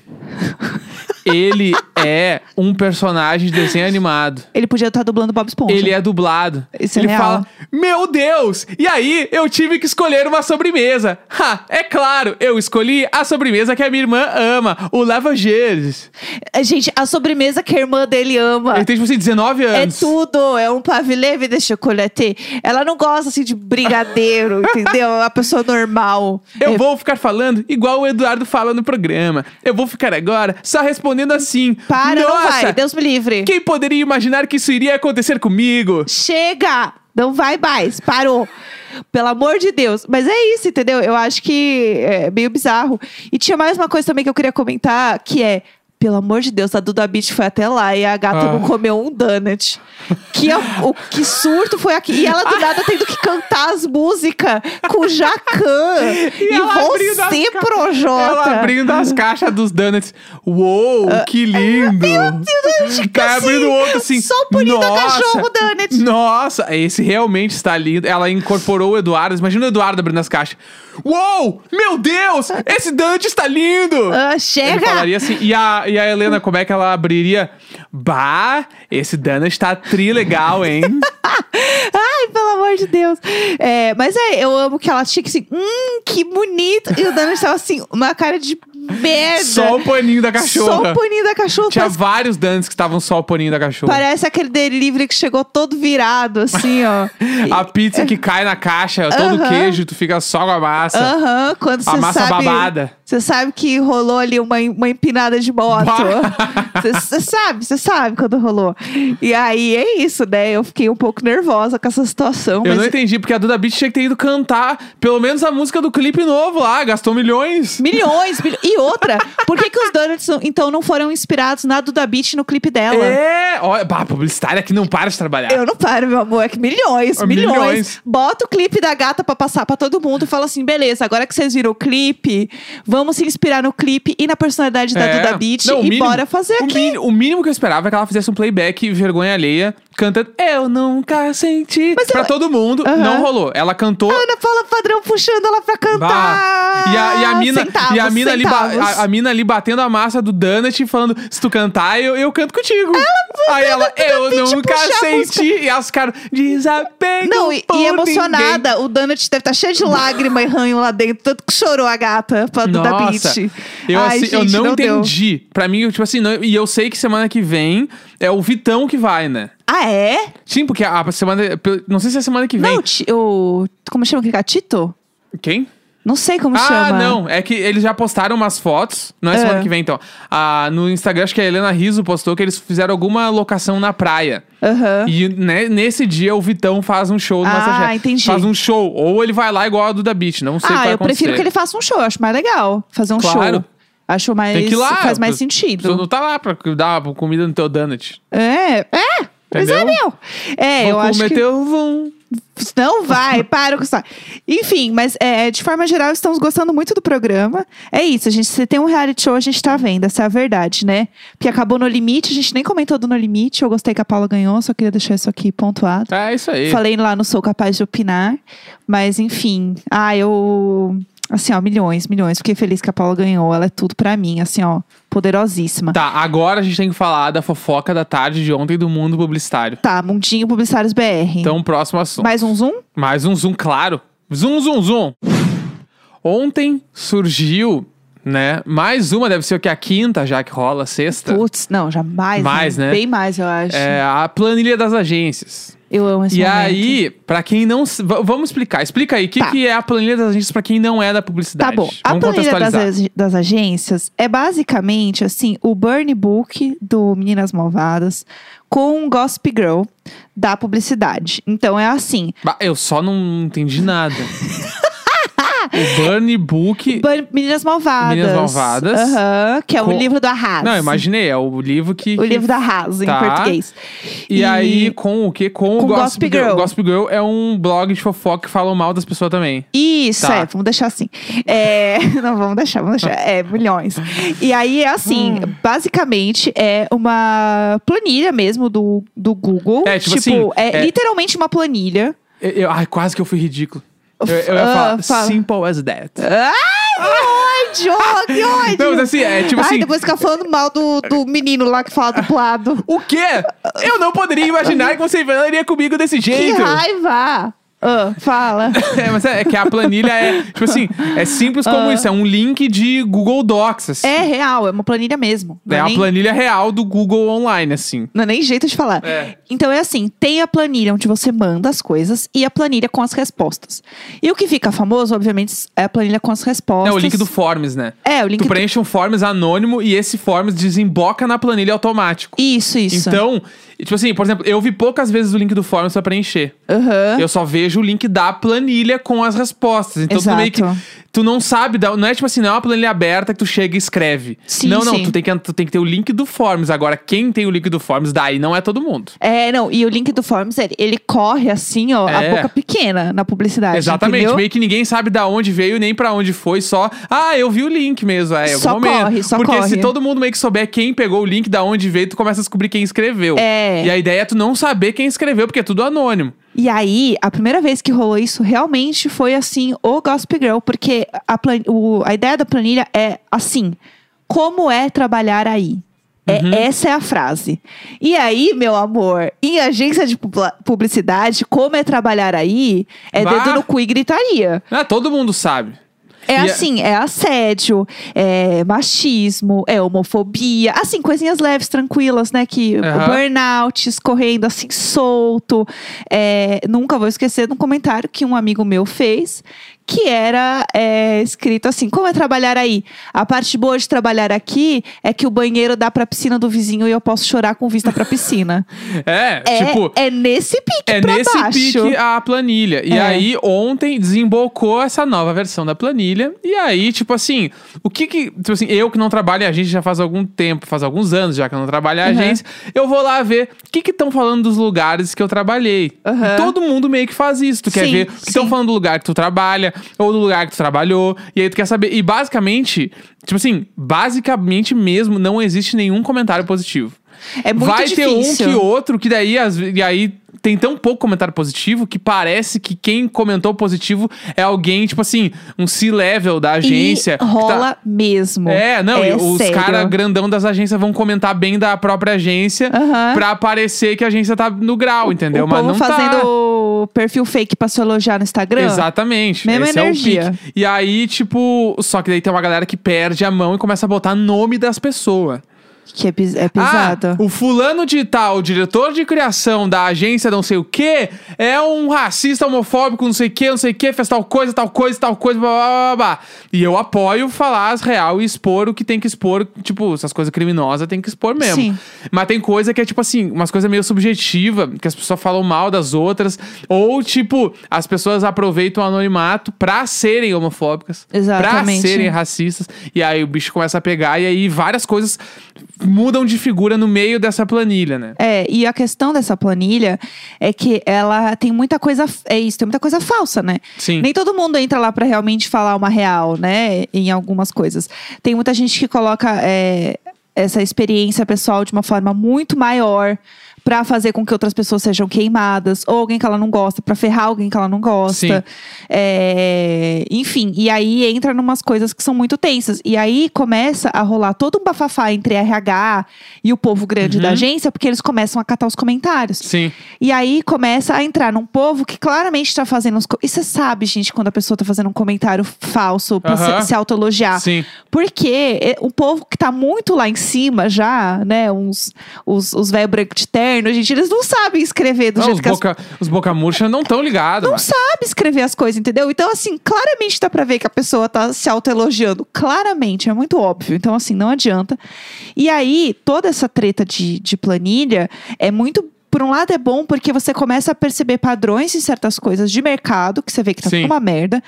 B: Ele é um personagem de desenho animado.
A: Ele podia estar dublando Bob Esponja.
B: Ele é dublado.
A: Isso é
B: Ele
A: real.
B: fala: Meu Deus! E aí eu tive que escolher uma sobremesa. Ha! É claro, eu escolhi a sobremesa que a minha irmã ama, o Lavageres.
A: É, Gente, a sobremesa que a irmã dele ama.
B: Ele tem, tipo assim, 19
A: Ah. É
B: anos.
A: tudo, é um pavileve de chocolate. Ela não gosta assim de brigadeiro, entendeu? É uma pessoa normal.
B: Eu
A: É,
B: vou ficar falando igual o Eduardo fala no programa. Eu vou ficar agora só respondendo assim.
A: Para,
B: Nossa,
A: não vai, Deus me livre.
B: Quem poderia imaginar que isso iria acontecer comigo?
A: Chega! Não vai mais, parou. Pelo amor de Deus. Mas é isso, entendeu? Eu acho que é meio bizarro. E tinha mais uma coisa também que eu queria comentar, que é... Pelo amor de Deus, a Duda Beach foi até lá e a gata
B: Ah.
A: não comeu um donut. Que, a- o, que surto foi aqui. E ela do nada tendo que cantar as músicas com o Jacan. E,
B: ela abrindo as
A: você,
B: ca-
A: Projota.
B: Ela abrindo as caixas dos donuts. Uou,
A: Ah,
B: que lindo!
A: Donut,
B: Tá abrindo o outro assim.
A: Só punindo a
B: nossa,
A: cachorro, Donut.
B: Nossa, esse realmente está lindo. Ela incorporou o Eduardo. Imagina o Eduardo abrindo as caixas. Uou, meu Deus, esse Dante está lindo!
A: Ah,
B: Ele
A: chega!
B: falaria assim, e a, e a Helena, como é que ela abriria? Bah, esse Dana está tri legal, hein?
A: Ai, pelo amor de Deus. É, mas é, eu amo que ela chique assim, hum, que bonito. E o Dano estava assim, uma cara de merda.
B: Só o paninho da
A: Só
B: cachorra.
A: o paninho da cachorra.
B: Tinha
A: Parece,
B: vários Dantes que estavam só o paninho da cachorra.
A: parece aquele delivery que chegou todo virado, assim, ó.
B: A pizza que cai na caixa, todo
A: Aham.
B: queijo, tu fica só com a massa.
A: Aham, quando
B: A
A: você
B: massa
A: sabe.
B: babada.
A: Você sabe que rolou ali uma, uma empinada de moto.
B: Bah.
A: Você sabe, você sabe quando rolou. E aí é isso, né? Eu fiquei um pouco nervosa com essa situação.
B: Eu
A: mas
B: não entendi, porque a Duda Beat tinha que ter ido cantar pelo menos a música do clipe novo lá, gastou milhões.
A: Milhões, milho- E outra, por que, que os donuts, não- então, não foram inspirados na Duda Beach no clipe dela?
B: É, olha, bah, a publicitária que não para de trabalhar.
A: Eu não paro, meu amor. É que milhões,
B: Ah,
A: milhões.
B: milhões.
A: Bota o clipe da gata pra passar pra todo mundo e fala assim: beleza, agora que vocês viram o clipe, vamos se inspirar no clipe e na personalidade da
B: É.
A: Duda Beach
B: Não, o
A: e
B: mínimo-
A: bora fazer
B: o
A: aqui.
B: mini- o mínimo que eu esperava é que ela fizesse um playback vergonha alheia, cantando Eu Nunca Senti.
A: Mas
B: pra
A: eu-
B: todo mundo,
A: Aham. Ah,
B: não rolou. Ela cantou.
A: A Ana Paula Padrão puxando ela pra cantar.
B: bah, e, a, e a mina,
A: Centavos,
B: e a, mina ali ba-
A: centavos.
B: a- a mina ali batendo a massa do Donut e falando: se tu cantar, eu, eu canto contigo. Aí ela, eu
A: Beat
B: nunca
A: puxar a música."
B: senti. E as caras, desapego.
A: Não, e,
B: por
A: e
B: ninguém."
A: emocionada. O Donut deve estar cheio de lágrima e ranho lá dentro. Tanto que chorou a gata pra Duda
B: Nossa,
A: Beach.
B: Eu,
A: Ai,
B: assim, eu
A: gente,
B: não,
A: deu.
B: entendi. Pra mim, eu, tipo assim, não- e eu sei que semana que vem é o Vitão que vai, né?
A: Ah, é?
B: Sim, porque a semana. pe- Não sei se é semana que vem.
A: Não, ti- o. Como chama aquele gatito?
B: Quem?
A: Não sei como
B: ah,
A: chama.
B: não. É que eles já postaram umas fotos. Não é,
A: É.
B: semana que vem, então. Ah, no Instagram, acho que a Helena Riso postou que eles fizeram alguma locação na praia.
A: Aham.
B: E né, nesse dia o Vitão faz um show no
A: Ah,
B: Masterchef.
A: entendi.
B: Faz um show. Ou ele vai lá igual a Duda Beat. Não sei o que
A: Ah,
B: vai
A: eu prefiro que
B: acontecer.
A: ele faça um show. Eu acho mais legal. Fazer um
B: Claro.
A: show. Acho mais.
B: Tem que ir lá.
A: Faz mais
B: tu- Tu
A: sentido.
B: não tá lá pra dar comida no teu donut.
A: É, é. Mas é
B: Entendeu?
A: meu. É, eu
B: Vou
A: acho
B: comer
A: que.
B: teu vum.
A: Não vai, para com isso. Enfim, mas é, de forma geral, estamos gostando muito do programa. É isso, a gente. Se tem um reality show, a gente tá vendo, essa é a verdade, né? Porque acabou no limite, a gente nem comentou do No Limite. Eu gostei que a Paula ganhou, só queria deixar isso aqui pontuado.
B: É isso aí.
A: Falei lá, não sou capaz de opinar. Mas, enfim. Ah, eu. Assim, ó, milhões, milhões. Fiquei feliz que a Paula ganhou. Ela é tudo pra mim, assim, ó. Poderosíssima.
B: Tá, agora a gente tem que falar da fofoca da tarde de ontem do mundo publicitário.
A: Tá, Mundinho Publicitários BR.
B: Então, próximo assunto.
A: Mais um zoom?
B: Mais um zoom, claro. Zoom, zoom, zoom. Ontem surgiu, né? Mais uma, deve ser o que? A quinta, já que rola, a sexta.
A: Putz, não, jamais.
B: tá. Mais, né?
A: Bem mais, eu acho.
B: É a planilha das agências.
A: Eu amo esse
B: e
A: momento.
B: aí, pra quem não. s- v- Vamos explicar. Explica aí o que,
A: Tá.
B: que é a planilha das agências pra quem não é da publicidade.
A: Tá bom. A
B: Vamos
A: planilha das,
B: contextualizar.
A: ag- das agências é basicamente assim o burn book do Meninas Malvadas com um Gossip Girl da publicidade. Então é assim.
B: Bah, Eu só não entendi nada. O Burn Book.
A: Ban- Meninas Malvadas.
B: Meninas Malvadas.
A: Aham, que é o
B: Com-
A: livro do Arras.
B: Não, imaginei, é o livro que.
A: O
B: que-
A: livro da Arras, em
B: Tá.
A: português.
B: E, aí, com o quê? Com,
A: com
B: o Gossip
A: Gossip Girl.
B: Gossip Girl é um blog de fofoca que falam mal das pessoas também.
A: Isso,
B: Tá.
A: é, vamos deixar assim. É, não, vamos deixar, vamos deixar. É, milhões. E aí é assim,
B: Hum.
A: basicamente é uma planilha mesmo do, do Google.
B: É, tipo assim,
A: é,
B: é-
A: literalmente uma planilha.
B: Eu, eu- ai, quase que eu fui ridículo. Eu, eu ia
A: Ah,
B: falar,
A: fala.
B: simple as that.
A: Que ódio, que ódio!
B: Não, mas assim, é tipo
A: Ai,
B: assim.
A: depois fica falando mal do, do menino lá que fala duplado.
B: O quê? Eu não poderia imaginar que você falaria comigo desse
A: Que
B: jeito.
A: raiva! Ah, fala.
B: É, mas é, é que a planilha é, tipo assim, é simples como isso, é um link de Google Docs, assim.
A: É real, é uma planilha mesmo. Não
B: É a
A: nem-
B: planilha real do Google Online, assim.
A: Não é nem jeito de falar.
B: É.
A: Então é assim: tem a planilha onde você manda as coisas e a planilha com as respostas. E o que fica famoso, obviamente, é a planilha com as respostas.
B: É o link do Forms, né?
A: É, o link
B: Tu
A: do.
B: preenche um Forms anônimo e esse Forms desemboca na planilha automático.
A: Isso, isso.
B: Então, tipo assim, por exemplo, eu vi poucas vezes o link do Forms pra preencher.
A: Aham.
B: Eu só vejo o link da planilha com as respostas. Então tu
A: Exato.
B: meio que. Tu não sabe, da- não é tipo assim, não é uma planilha aberta que tu chega e escreve.
A: Sim,
B: não, não,
A: sim.
B: tu tem, que, tu tem que ter o link do Forms. Agora, quem tem o link do Forms, daí não é todo mundo.
A: É, não, e o link do Forms, ele, ele corre assim, ó,
B: É.
A: a boca pequena na publicidade.
B: Exatamente,
A: entendeu?
B: meio que ninguém sabe da onde veio nem pra onde foi, só, ah, eu vi o link mesmo, é, em algum
A: Só
B: momento.
A: corre, só
B: Porque se
A: corre.
B: todo mundo meio que souber quem pegou o link, da onde veio, tu começa a descobrir quem escreveu.
A: É.
B: E a ideia é tu não saber quem escreveu, porque é tudo anônimo.
A: E aí, a primeira vez que rolou isso realmente foi assim, o Gossip Girl, porque a, plan- o- a ideia da planilha é assim: como é trabalhar aí? É, Essa é a frase. E aí, meu amor, em agência de publi- publicidade, como é trabalhar aí? É
B: Bah.
A: dedo no cu e gritaria.
B: Ah, todo mundo sabe.
A: É
B: E a-
A: assim, é assédio, é machismo, é homofobia, assim, coisinhas leves, tranquilas, né? Que
B: Aham.
A: burnout, escorrendo assim, solto. É, nunca vou esquecer de um comentário que um amigo meu fez, que era é, escrito assim: como é trabalhar aí? A parte boa de trabalhar aqui é que o banheiro dá pra piscina do vizinho e eu posso chorar com vista pra piscina.
B: É,
A: é,
B: tipo.
A: é nesse pique
B: É
A: pra
B: nesse
A: baixo.
B: pique a planilha. E
A: É.
B: aí, ontem desembocou essa nova versão da planilha. E aí, tipo assim, o que que. Tipo assim, eu que não trabalho em agência já faz algum tempo, faz alguns anos já que eu não trabalho em
A: Uhum.
B: agência, eu vou lá ver o que que estão falando dos lugares que eu trabalhei.
A: Uhum.
B: E Todo mundo meio que faz isso. Tu quer
A: Sim,
B: ver o que estão
A: sim.
B: falando do lugar que tu trabalha, ou do lugar que tu trabalhou. E aí tu quer saber. E basicamente, tipo assim, basicamente mesmo, não existe nenhum comentário positivo.
A: É muito
B: Vai
A: difícil.
B: ter um que outro que daí às ve- e aí tem tão pouco comentário positivo que parece que quem comentou positivo é alguém, tipo assim, um C-level da agência.
A: E
B: que tá-
A: rola mesmo.
B: É, não, e
A: é
B: os
A: sério.
B: caras grandão das agências vão comentar bem da própria agência
A: Aham.
B: pra parecer que a agência tá no grau, entendeu?
A: o
B: Mas
A: povo
B: não
A: fazendo
B: tá.
A: perfil fake pra se elogiar no Instagram.
B: Exatamente.
A: Mesma
B: Esse é o
A: energia.
B: pique. E aí, tipo, só que daí tem uma galera que perde a mão e começa a botar nome das pessoas.
A: Que é, pis- é pesado.
B: Ah, o fulano de tal, o diretor de criação da agência não sei o quê, é um racista homofóbico, não sei o quê, não sei o quê, fez tal coisa, tal coisa, tal coisa, blá, blá, blá, blá. E eu apoio falar as real e expor o que tem que expor, tipo, essas coisas criminosas tem que expor mesmo.
A: Sim.
B: Mas tem coisa que é, tipo assim, umas coisas meio subjetiva, que as pessoas falam mal das outras, ou, tipo, as pessoas aproveitam o anonimato pra serem homofóbicas.
A: Exatamente.
B: Pra serem racistas. E aí o bicho começa a pegar, e aí várias coisas mudam de figura no meio dessa planilha, né?
A: É, e a questão dessa planilha é que ela tem muita coisa, é isso, tem muita coisa falsa, né?
B: Sim.
A: Nem todo mundo entra lá pra realmente falar uma real, né? Em algumas coisas. Tem muita gente que coloca é, essa experiência pessoal de uma forma muito maior pra fazer com que outras pessoas sejam queimadas, ou alguém que ela não gosta, pra ferrar alguém que ela não
B: Sim.
A: gosta. É, enfim, e aí entra numas coisas que são muito tensas. E aí começa a rolar todo um bafafá entre RH e o povo grande
B: Uhum.
A: da agência, porque eles começam a catar os comentários.
B: Sim.
A: E aí começa a entrar num povo que claramente tá fazendo uns. co- E você sabe, gente, quando a pessoa tá fazendo um comentário falso pra
B: Aham.
A: se, se autoelogiar.
B: Sim.
A: Porque é, o povo que tá muito lá em cima já, né? Uns, os, os velho branco de terno, gente, eles não sabem escrever do
B: Ah, os,
A: jeito que as
B: boca, os boca murcha não né? estão ligados.
A: não sabe escrever as coisas, entendeu? Então, assim, claramente dá pra ver que a pessoa tá se autoelogiando. Claramente, é muito óbvio. Então, assim, não adianta. E aí, toda essa treta de, de planilha é muito. Por um lado é bom porque você começa a perceber padrões em certas coisas de mercado, que você vê que tá
B: Sim.
A: uma merda.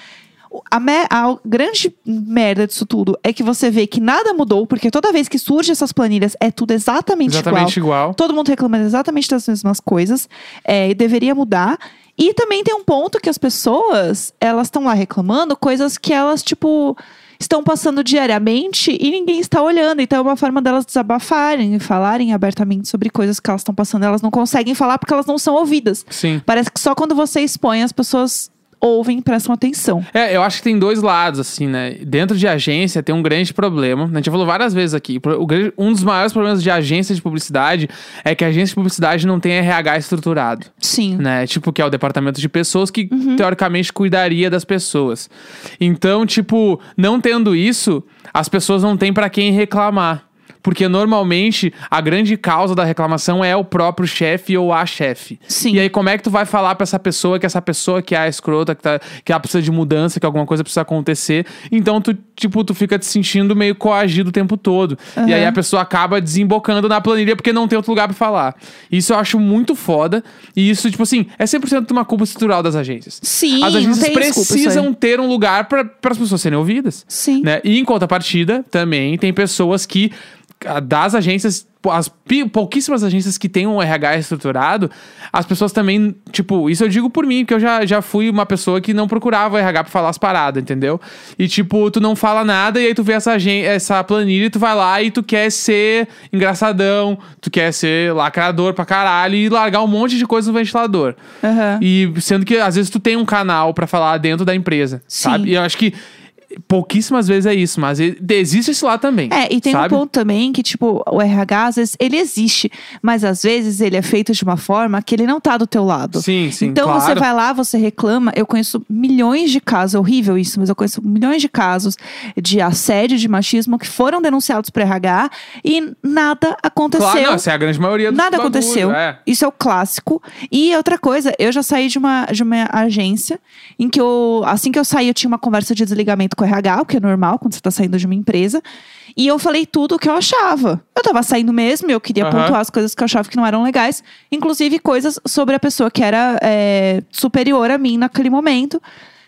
A: O- A, me- a grande merda disso tudo é que você vê que nada mudou, porque toda vez que surgem essas planilhas, é tudo exatamente, igual.
B: Exatamente igual.
A: Todo mundo reclamando exatamente das mesmas coisas. é, e deveria mudar. E também tem um ponto que as pessoas, elas estão lá reclamando coisas que elas, tipo, estão passando diariamente e ninguém está olhando. Então é uma forma delas desabafarem e falarem abertamente sobre coisas que elas estão passando. Elas não conseguem falar porque elas não são ouvidas.
B: Sim.
A: Parece que só quando você expõe, as pessoas ouvem e prestam atenção.
B: É, eu acho que tem dois lados, assim, né? Dentro de agência tem um grande problema. né? A gente já falou várias vezes aqui. Pro- o grande- um dos maiores problemas de agência de publicidade é que a agência de publicidade não tem RH estruturado.
A: Sim. Uhum.
B: né? Tipo, que é o departamento de pessoas que, teoricamente, cuidaria das pessoas. Então, tipo, não tendo isso, as pessoas não têm pra quem reclamar. Porque normalmente a grande causa da reclamação é o próprio chefe ou a chefe.
A: Sim.
B: E aí, como é que tu vai falar pra essa pessoa que essa pessoa que é a escrota, que, tá, que ela precisa de mudança, que alguma coisa precisa acontecer? Então, tu, tipo, tu fica te sentindo meio coagido o tempo todo. E aí a pessoa acaba desembocando na planilha porque não tem outro lugar pra falar. Isso eu acho muito foda. E isso, tipo assim, é 100% uma culpa estrutural das agências.
A: Sim,
B: As
A: não
B: agências
A: tem desculpa isso aí.
B: precisam ter um lugar para as pessoas serem ouvidas.
A: Sim.
B: Né? E em contrapartida, também tem pessoas que, ah, das agências, pô, as pi- pouquíssimas agências que têm um RH estruturado, as pessoas também, tipo, isso eu digo por mim, porque eu já, já fui uma pessoa que não procurava RH pra falar as paradas, entendeu? E, tipo, tu não fala nada e aí tu vê essa, agen- essa planilha e tu vai lá e tu quer ser engraçadão, tu quer ser lacrador pra caralho e largar um monte de coisa no ventilador.
A: Aham.
B: E sendo que às vezes tu tem um canal pra falar dentro da empresa,
A: Sim.
B: sabe? E eu acho que pouquíssimas vezes é isso, mas e- existe esse lado também.
A: É, e tem
B: sabe?
A: um ponto também que, tipo, o RH, às vezes, ele existe, mas às vezes ele é feito de uma forma que ele não tá do teu lado.
B: Sim, sim,
A: Então
B: claro.
A: você vai lá, você reclama. Eu conheço milhões de casos, é horrível isso, mas eu conheço milhões de casos de assédio, de machismo que foram denunciados pro RH e nada aconteceu.
B: Claro, não, essa é a grande maioria dos
A: Nada
B: bagulho,
A: aconteceu.
B: É.
A: Isso é o clássico. E outra coisa, eu já saí de uma, de uma agência em que eu, assim que eu saí, eu tinha uma conversa de desligamento com o RH, o que é normal quando você tá saindo de uma empresa. E eu falei tudo o que eu achava. Eu tava saindo mesmo, e eu queria
B: Aham.
A: pontuar as coisas que eu achava que não eram legais, inclusive coisas sobre a pessoa que era é, superior a mim naquele momento.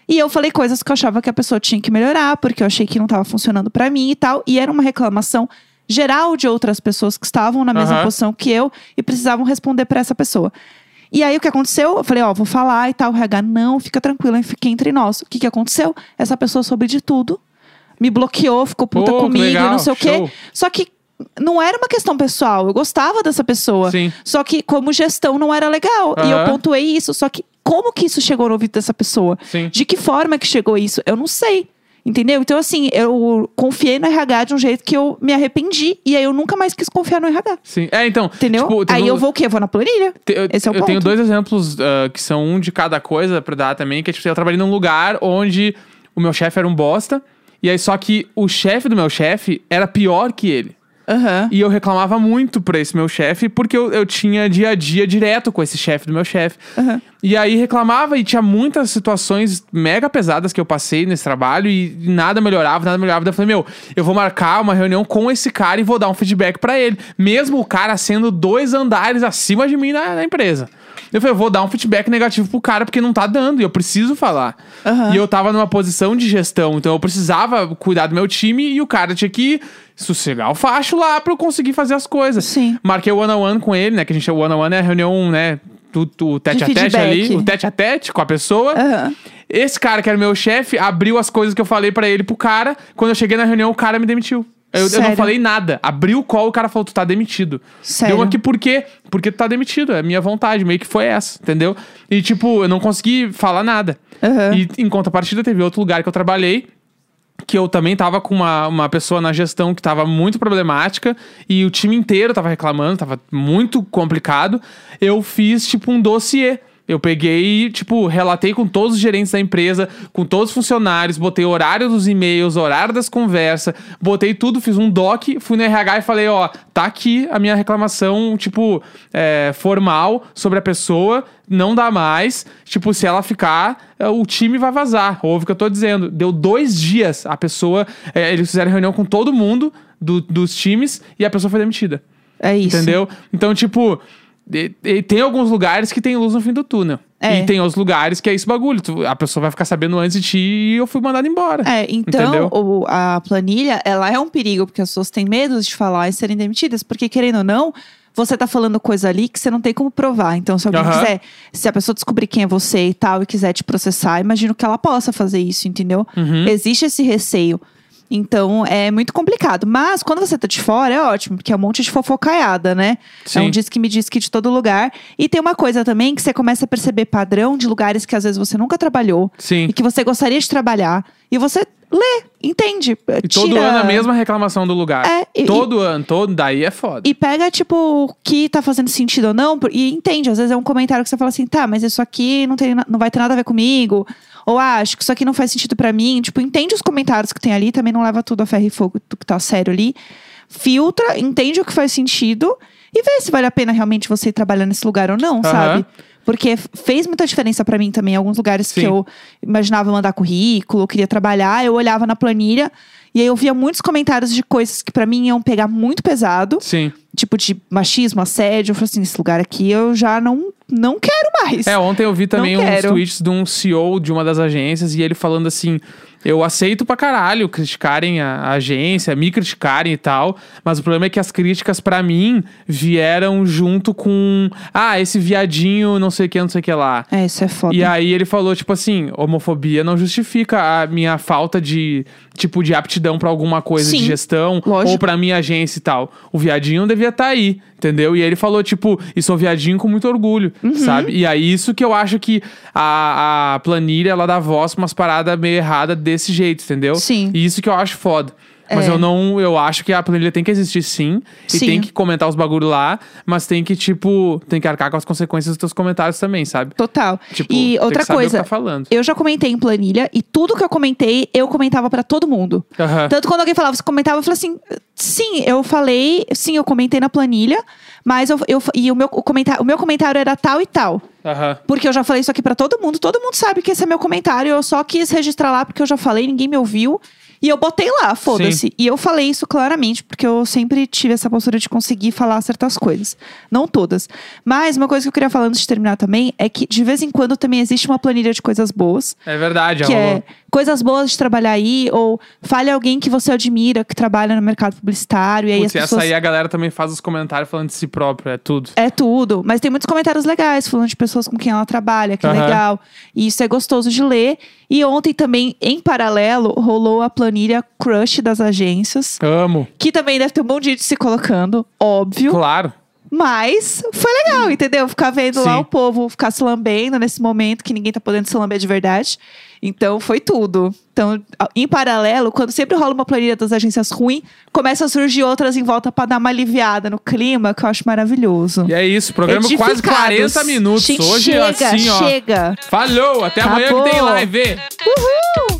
A: E eu falei coisas que eu achava que a pessoa tinha que melhorar, porque eu achei que não tava funcionando pra mim e tal. E era uma reclamação geral de outras pessoas que estavam na mesma
B: Aham.
A: posição posição que eu e precisavam responder pra essa pessoa. E aí o que aconteceu? Eu falei, ó, vou falar e tal. O RH, não, fica tranquila, fica entre nós. O que, que aconteceu? Essa pessoa soube de tudo, me bloqueou, ficou puta
B: Pô, que
A: comigo, e
B: legal,
A: não sei o quê.
B: show.
A: Só que não era uma questão pessoal, eu gostava dessa pessoa.
B: Sim.
A: Só que como gestão não era legal. E eu
B: Aham.
A: pontuei isso. Só que como que isso chegou no ouvido dessa pessoa?
B: Sim.
A: De que forma que chegou isso? Eu não sei. Entendeu? Então, assim, eu confiei no RH de um jeito que eu me arrependi. E aí eu nunca mais quis confiar no RH.
B: Sim. É, então.
A: Entendeu?
B: tipo, teve
A: Aí
B: um-
A: eu vou o quê? Eu vou na planilha?
B: Te- Eu,
A: Esse é o
B: eu tenho
A: ponto.
B: dois exemplos ah, que são um de cada coisa pra dar também, que é tipo, eu trabalhei num lugar onde o meu chefe era um bosta, e aí só que o chefe do meu chefe era pior que ele.
A: Aham.
B: E eu reclamava muito pra esse meu chefe, porque eu, eu tinha dia a dia direto com esse chefe do meu chefe.
A: Aham.
B: E aí reclamava e tinha muitas situações mega pesadas que eu passei nesse trabalho e nada melhorava, nada melhorava. Daí eu falei, meu, eu vou marcar uma reunião com esse cara e vou dar um feedback pra ele. Mesmo o cara sendo dois andares acima de mim na, na empresa. Eu falei, eu vou dar um feedback negativo pro cara porque não tá dando e eu preciso falar.
A: Aham.
B: E eu tava numa posição de gestão, então eu precisava cuidar do meu time e o cara tinha que sossegar o facho lá pra eu conseguir fazer as coisas.
A: Sim.
B: Marquei o one-on-one com ele, né? Que a gente, o one-on-one é a reunião, né? Tu, tu, tete a tete
A: feedback.
B: ali, o tete a tete com a pessoa.
A: Aham.
B: Esse cara que era meu chefe abriu as coisas que eu falei pra ele pro cara. Quando eu cheguei na reunião, o cara me demitiu. Eu, eu não
A: Sério?
B: falei nada. Abriu o call, o cara falou: Tu tá demitido.
A: Sério?
B: Deu aqui por quê? Porque tu tá demitido. É minha vontade. Meio que foi essa, entendeu? E, tipo, eu não consegui falar nada.
A: Aham.
B: E em contrapartida, teve outro lugar que eu trabalhei que eu também tava com uma, uma pessoa na gestão que tava muito problemática e o time inteiro tava reclamando, tava muito complicado. Eu fiz tipo um dossiê. Eu peguei, e, tipo, relatei com todos os gerentes da empresa, com todos os funcionários, botei horário dos e-mails, horário das conversas, botei tudo, fiz um doc, fui no RH e falei, ó, tá aqui a minha reclamação, tipo, é, formal sobre a pessoa, não dá mais. Tipo, se ela ficar, eh, o time vai vazar. Ouve o que eu tô dizendo. Deu dois dias a pessoa. eh, eles fizeram reunião com todo mundo do- dos times e a pessoa foi demitida.
A: É isso.
B: Entendeu? Então, tipo, e- e tem alguns lugares que tem luz no fim do túnel.
A: É.
B: E tem os lugares que é esse bagulho. Tu- a pessoa vai ficar sabendo antes de ti e eu fui mandado embora.
A: É, então
B: Entendeu?
A: o- a planilha, ela é um perigo, porque as pessoas têm medo de falar e serem demitidas, porque querendo ou não, você tá falando coisa ali que você não tem como provar. Então, se alguém
B: Aham.
A: quiser, se a pessoa descobrir quem é você e tal, e quiser te processar, imagino que ela possa fazer isso, entendeu?
B: Uhum.
A: Existe esse receio. Então, é muito complicado. Mas, quando você tá de fora, é ótimo, porque é um monte de fofocaiada, né? É um
B: Sim.
A: diz que me diz que de todo lugar. E tem uma coisa também que você começa a perceber padrão de lugares que às vezes você nunca trabalhou
B: Sim.
A: e que você gostaria de trabalhar. E você lê, entende.
B: E todo
A: tira-
B: ano é a mesma reclamação do lugar.
A: É, e,
B: Todo ano, todo. Daí é foda.
A: e pega, tipo, o que tá fazendo sentido ou não, por- e entende. Às vezes é um comentário que você fala assim, tá, mas isso aqui não, tem, na- não vai ter nada a ver comigo. Ou ah, acho que isso aqui não faz sentido pra mim. Tipo, entende os comentários que tem ali, também não leva tudo a ferro e fogo do que tá sério ali. Filtra, entende o que faz sentido e vê se vale a pena realmente você ir trabalhar nesse lugar ou não, sabe? Porque f- fez muita diferença pra mim também. Alguns lugares que
B: Sim.
A: eu imaginava mandar currículo, eu queria trabalhar, eu olhava na planilha e aí eu via muitos comentários de coisas que pra mim iam pegar muito pesado
B: Sim.
A: tipo de machismo, assédio. Eu falei assim, esse lugar aqui eu já não, não quero mais.
B: É, ontem eu vi também
A: Não
B: uns
A: quero.
B: tweets de um CEO de uma das agências e ele falando assim: eu aceito pra caralho criticarem a, a agência, me criticarem e tal, mas o problema é que as críticas pra mim vieram junto com, ah, esse viadinho, não sei o que, não sei o que lá.
A: É, isso é foda.
B: E aí ele falou, tipo assim, homofobia não justifica a minha falta de, tipo, de aptidão pra alguma coisa
A: Sim,
B: de gestão
A: lógico.
B: ou pra minha agência e tal. O viadinho devia estar aí, entendeu? E aí ele falou, tipo, e sou viadinho com muito orgulho,
A: Uhum.
B: sabe? E aí isso que eu acho que a, a planilha, ela dá voz pra umas paradas meio erradas desse jeito, entendeu?
A: Sim.
B: E isso que eu acho foda. Mas
A: É.
B: eu não, eu acho que a planilha tem que existir sim,
A: Sim.
B: e tem que comentar os bagulho lá, mas tem que tipo, tem que arcar com as consequências dos teus comentários também, sabe?
A: Total.
B: Tipo,
A: e
B: tem
A: outra
B: que saber o que
A: coisa,
B: tá falando.
A: eu já comentei em planilha e tudo que eu comentei, eu comentava pra todo mundo.
B: Aham.
A: Tanto quando alguém falava, você comentava, eu falava assim, sim, eu falei, sim, eu comentei na planilha, mas eu, eu e o meu, o, comentário, o meu comentário era tal e tal.
B: Aham.
A: Porque eu já falei isso aqui pra todo mundo, todo mundo sabe que esse é meu comentário, eu só quis registrar lá porque eu já falei, ninguém me ouviu. E eu botei lá, foda-se. E eu falei isso claramente, porque eu sempre tive essa postura de conseguir falar certas coisas. Não todas. Mas uma coisa que eu queria falar antes de terminar também é que de vez em quando também existe uma planilha de coisas boas
B: É verdade,
A: que
B: rolou.
A: é coisas boas de trabalhar aí, ou fale alguém que você admira, que trabalha no mercado publicitário, e aí
B: Putz,
A: as
B: essa
A: pessoas.
B: aí a galera também faz os comentários falando de si próprio, é tudo.
A: É tudo. Mas tem muitos comentários legais, falando de pessoas com quem ela trabalha, que é
B: Aham.
A: legal. E isso é gostoso de ler. E ontem também, em paralelo, rolou a planilha Crush das agências.
B: Amo.
A: Que também deve ter um bom dia de se colocando, óbvio.
B: Claro.
A: Mas foi legal, entendeu? Ficar vendo lá
B: Sim.
A: o povo ficar se lambendo nesse momento que ninguém tá podendo se lamber de verdade. Então foi tudo. Então, a- em paralelo, quando sempre rola uma planilha das agências ruim, começa a surgir outras em volta pra dar uma aliviada no clima, que eu acho maravilhoso.
B: E é isso, programa quase
A: Edificados.
B: 40 minutos.
A: Gente,
B: Hoje, é
A: chega,
B: assim, ó.
A: Chega.
B: Falou, até amanhã que
A: Acabou.
B: tem live.
A: Uhul!